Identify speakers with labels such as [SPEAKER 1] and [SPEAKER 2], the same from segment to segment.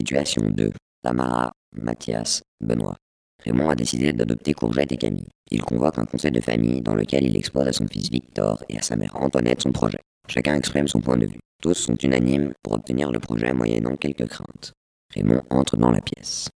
[SPEAKER 1] Situation 2. Tamara, Mathias, Benoît. Raymond a décidé d'adopter Courgette et Camille. Il convoque un conseil de famille dans lequel il expose à son fils Victor et à sa mère Antoinette son projet. Chacun exprime son point de vue. Tous sont unanimes pour obtenir le projet moyennant quelques craintes. Raymond entre dans la pièce.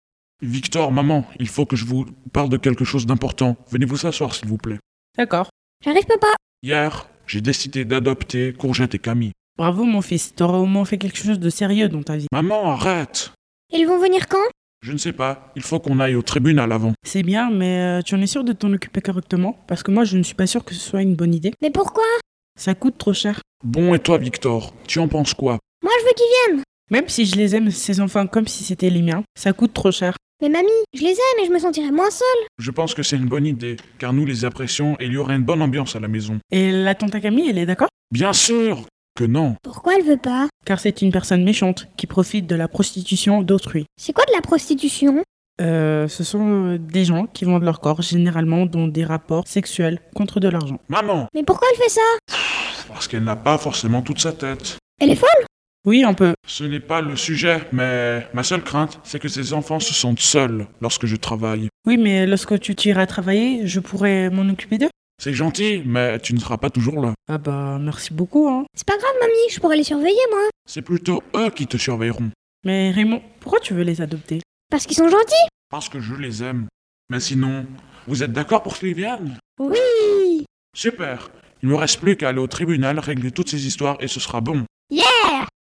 [SPEAKER 2] Victor, maman, il faut que je vous parle de quelque chose d'important. Venez vous asseoir, s'il vous plaît.
[SPEAKER 3] D'accord.
[SPEAKER 4] J'arrive, papa.
[SPEAKER 2] Hier, j'ai décidé d'adopter Courgette et Camille.
[SPEAKER 3] Bravo, mon fils. T'auras au moins fait quelque chose de sérieux dans ta vie.
[SPEAKER 2] Maman, arrête
[SPEAKER 4] Ils vont venir quand
[SPEAKER 2] Je ne sais pas, il faut qu'on aille au tribunal avant.
[SPEAKER 3] C'est bien, mais euh, tu en es sûr de t'en occuper correctement Parce que moi, je ne suis pas sûr que ce soit une bonne idée.
[SPEAKER 4] Mais pourquoi
[SPEAKER 3] Ça coûte trop cher.
[SPEAKER 2] Bon, et toi, Victor, tu en penses quoi
[SPEAKER 4] Moi, je veux qu'ils viennent.
[SPEAKER 3] Même si je les aime, ces enfants, comme si c'était les miens, ça coûte trop cher.
[SPEAKER 4] Mais mamie, je les aime et je me sentirais moins seule.
[SPEAKER 2] Je pense que c'est une bonne idée, car nous les apprécions et il y aura une bonne ambiance à la maison.
[SPEAKER 3] Et la tante à Camille, elle est d'accord
[SPEAKER 2] Bien sûr que non
[SPEAKER 4] Pourquoi elle veut pas
[SPEAKER 3] Car c'est une personne méchante qui profite de la prostitution d'autrui.
[SPEAKER 4] C'est quoi de la prostitution
[SPEAKER 3] Euh, ce sont euh, des gens qui vendent leur corps, généralement dans des rapports sexuels, contre de l'argent.
[SPEAKER 2] Maman
[SPEAKER 4] Mais pourquoi elle fait ça
[SPEAKER 2] Parce qu'elle n'a pas forcément toute sa tête.
[SPEAKER 4] Elle est folle
[SPEAKER 3] Oui, un peu.
[SPEAKER 2] Ce n'est pas le sujet, mais ma seule crainte, c'est que ces enfants se sentent seuls lorsque je travaille.
[SPEAKER 3] Oui, mais lorsque tu t'iras travailler, je pourrai m'en occuper d'eux.
[SPEAKER 2] C'est gentil, mais tu ne seras pas toujours là.
[SPEAKER 3] Ah bah, merci beaucoup, hein.
[SPEAKER 4] C'est pas grave, mamie, je pourrais les surveiller, moi.
[SPEAKER 2] C'est plutôt eux qui te surveilleront,
[SPEAKER 3] Mais Raymond, pourquoi tu veux les adopter
[SPEAKER 4] Parce qu'ils sont gentils
[SPEAKER 2] parce que je les aime. Mais sinon, vous êtes d'accord pour qu'ils viennent
[SPEAKER 4] Oui
[SPEAKER 2] Super Il ne me reste plus qu'à aller au tribunal, régler toutes ces histoires et ce sera bon.